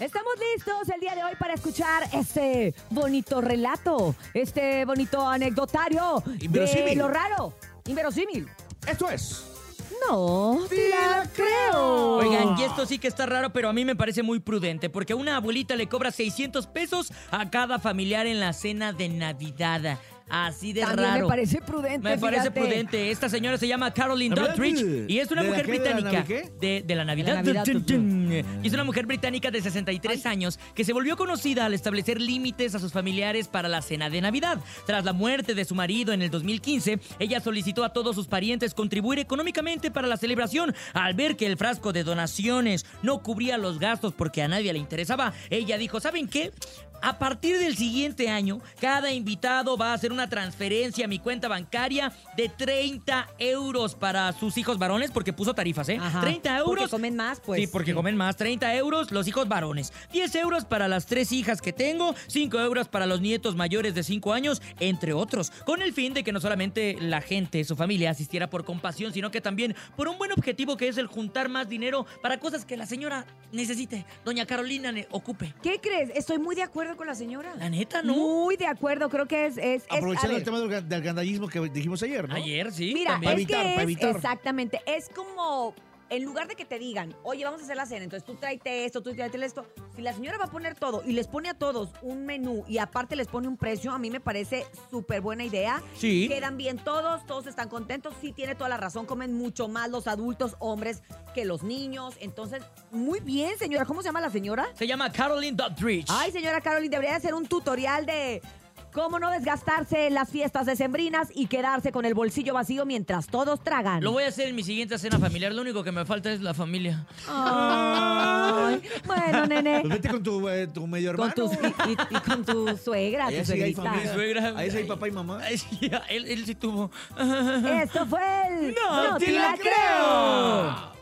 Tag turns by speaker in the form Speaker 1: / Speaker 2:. Speaker 1: Estamos listos el día de hoy para escuchar este bonito relato, este bonito anecdotario de
Speaker 2: Inverosímil.
Speaker 1: lo raro, inverosímil.
Speaker 2: Esto es.
Speaker 1: No,
Speaker 2: Sí,
Speaker 1: te la
Speaker 2: la
Speaker 1: creo.
Speaker 2: creo.
Speaker 3: Oigan, y
Speaker 1: Oh.
Speaker 3: esto sí que está raro, pero a mí me parece muy prudente, porque a una abuelita le cobra 600 pesos a cada familiar en la cena de Navidad. Así de
Speaker 1: También
Speaker 3: raro.
Speaker 1: me parece prudente.
Speaker 3: Me parece
Speaker 1: fíjate.
Speaker 3: prudente. Esta señora se llama Caroline
Speaker 2: ¿Navidad?
Speaker 3: Doddridge y es una
Speaker 2: ¿De la
Speaker 3: mujer
Speaker 2: qué? ¿De la
Speaker 3: británica.
Speaker 2: Navi qué?
Speaker 3: De, de la Navidad. pues,
Speaker 1: Navidad,
Speaker 3: Dun,
Speaker 1: tú,
Speaker 3: dun, dun. Y es una mujer británica de 63 años que se volvió conocida al establecer límites a sus familiares para la cena de Navidad. Tras la muerte de su marido en el 2015, ella solicitó a todos sus parientes contribuir económicamente para la celebración. Al ver que el frasco de donaciones no cubría los gastos porque a nadie le interesaba, ella dijo, ¿saben qué? A partir del siguiente año, cada invitado va a hacer una transferencia a mi cuenta bancaria de 30 euros para sus hijos varones, porque puso tarifas, ¿eh?
Speaker 1: Ajá,
Speaker 3: 30 euros.
Speaker 1: Porque comen más, pues.
Speaker 3: sí, porque comen más. 30 euros los hijos varones. 10 euros para las tres hijas que tengo. 5 euros para los nietos mayores de 5 años, entre otros. Con el fin de que no solamente la gente, su familia, asistiera por compasión, sino que también por un buen objetivo que es el juntar más dinero para cosas que la señora necesite. Doña Carolina ne- ocupe.
Speaker 1: ¿Qué crees? Estoy muy de acuerdo con la señora.
Speaker 3: La neta, ¿no?
Speaker 1: Muy de acuerdo, creo que es... es, es- a
Speaker 2: Aprovechando
Speaker 1: ver.
Speaker 2: el tema del organ- del gandallismo que dijimos ayer, ¿no?
Speaker 3: Ayer, sí.
Speaker 1: Mira,
Speaker 3: también.
Speaker 1: es
Speaker 2: evitar,
Speaker 1: que
Speaker 2: para
Speaker 1: es,
Speaker 2: evitar.
Speaker 1: exactamente, es como en lugar de que te digan, oye, vamos a hacer la cena, entonces tú tráete esto, tú tráete esto. Si la señora va a poner todo y les pone a todos un menú y aparte les pone un precio, a mí me parece súper buena idea.
Speaker 3: Sí.
Speaker 1: Quedan bien todos, todos están contentos. Sí, tiene toda la razón, comen mucho más los adultos hombres que los niños. Entonces, muy bien, señora. ¿Cómo se llama la señora?
Speaker 3: Se llama Caroline Doddridge.
Speaker 1: Ay, señora Caroline, debería hacer un tutorial de cómo no desgastarse en las fiestas decembrinas y quedarse con el bolsillo vacío mientras todos tragan.
Speaker 3: Lo voy a hacer en mi siguiente cena familiar. Lo único que me falta es la familia.
Speaker 1: Ay, bueno, nene.
Speaker 2: Pues vete con tu, eh, tu medio
Speaker 1: Con
Speaker 2: hermano.
Speaker 1: tus- y, y- y con tu suegra, tu
Speaker 2: Allá sí hay
Speaker 1: suegrita.
Speaker 2: familia.
Speaker 3: Mi suegra.
Speaker 2: Ahí sí hay papá y mamá.
Speaker 3: Ay, sí, él, él sí tuvo.
Speaker 1: Esto fue el...
Speaker 3: ¡No, te
Speaker 1: te
Speaker 3: la creo!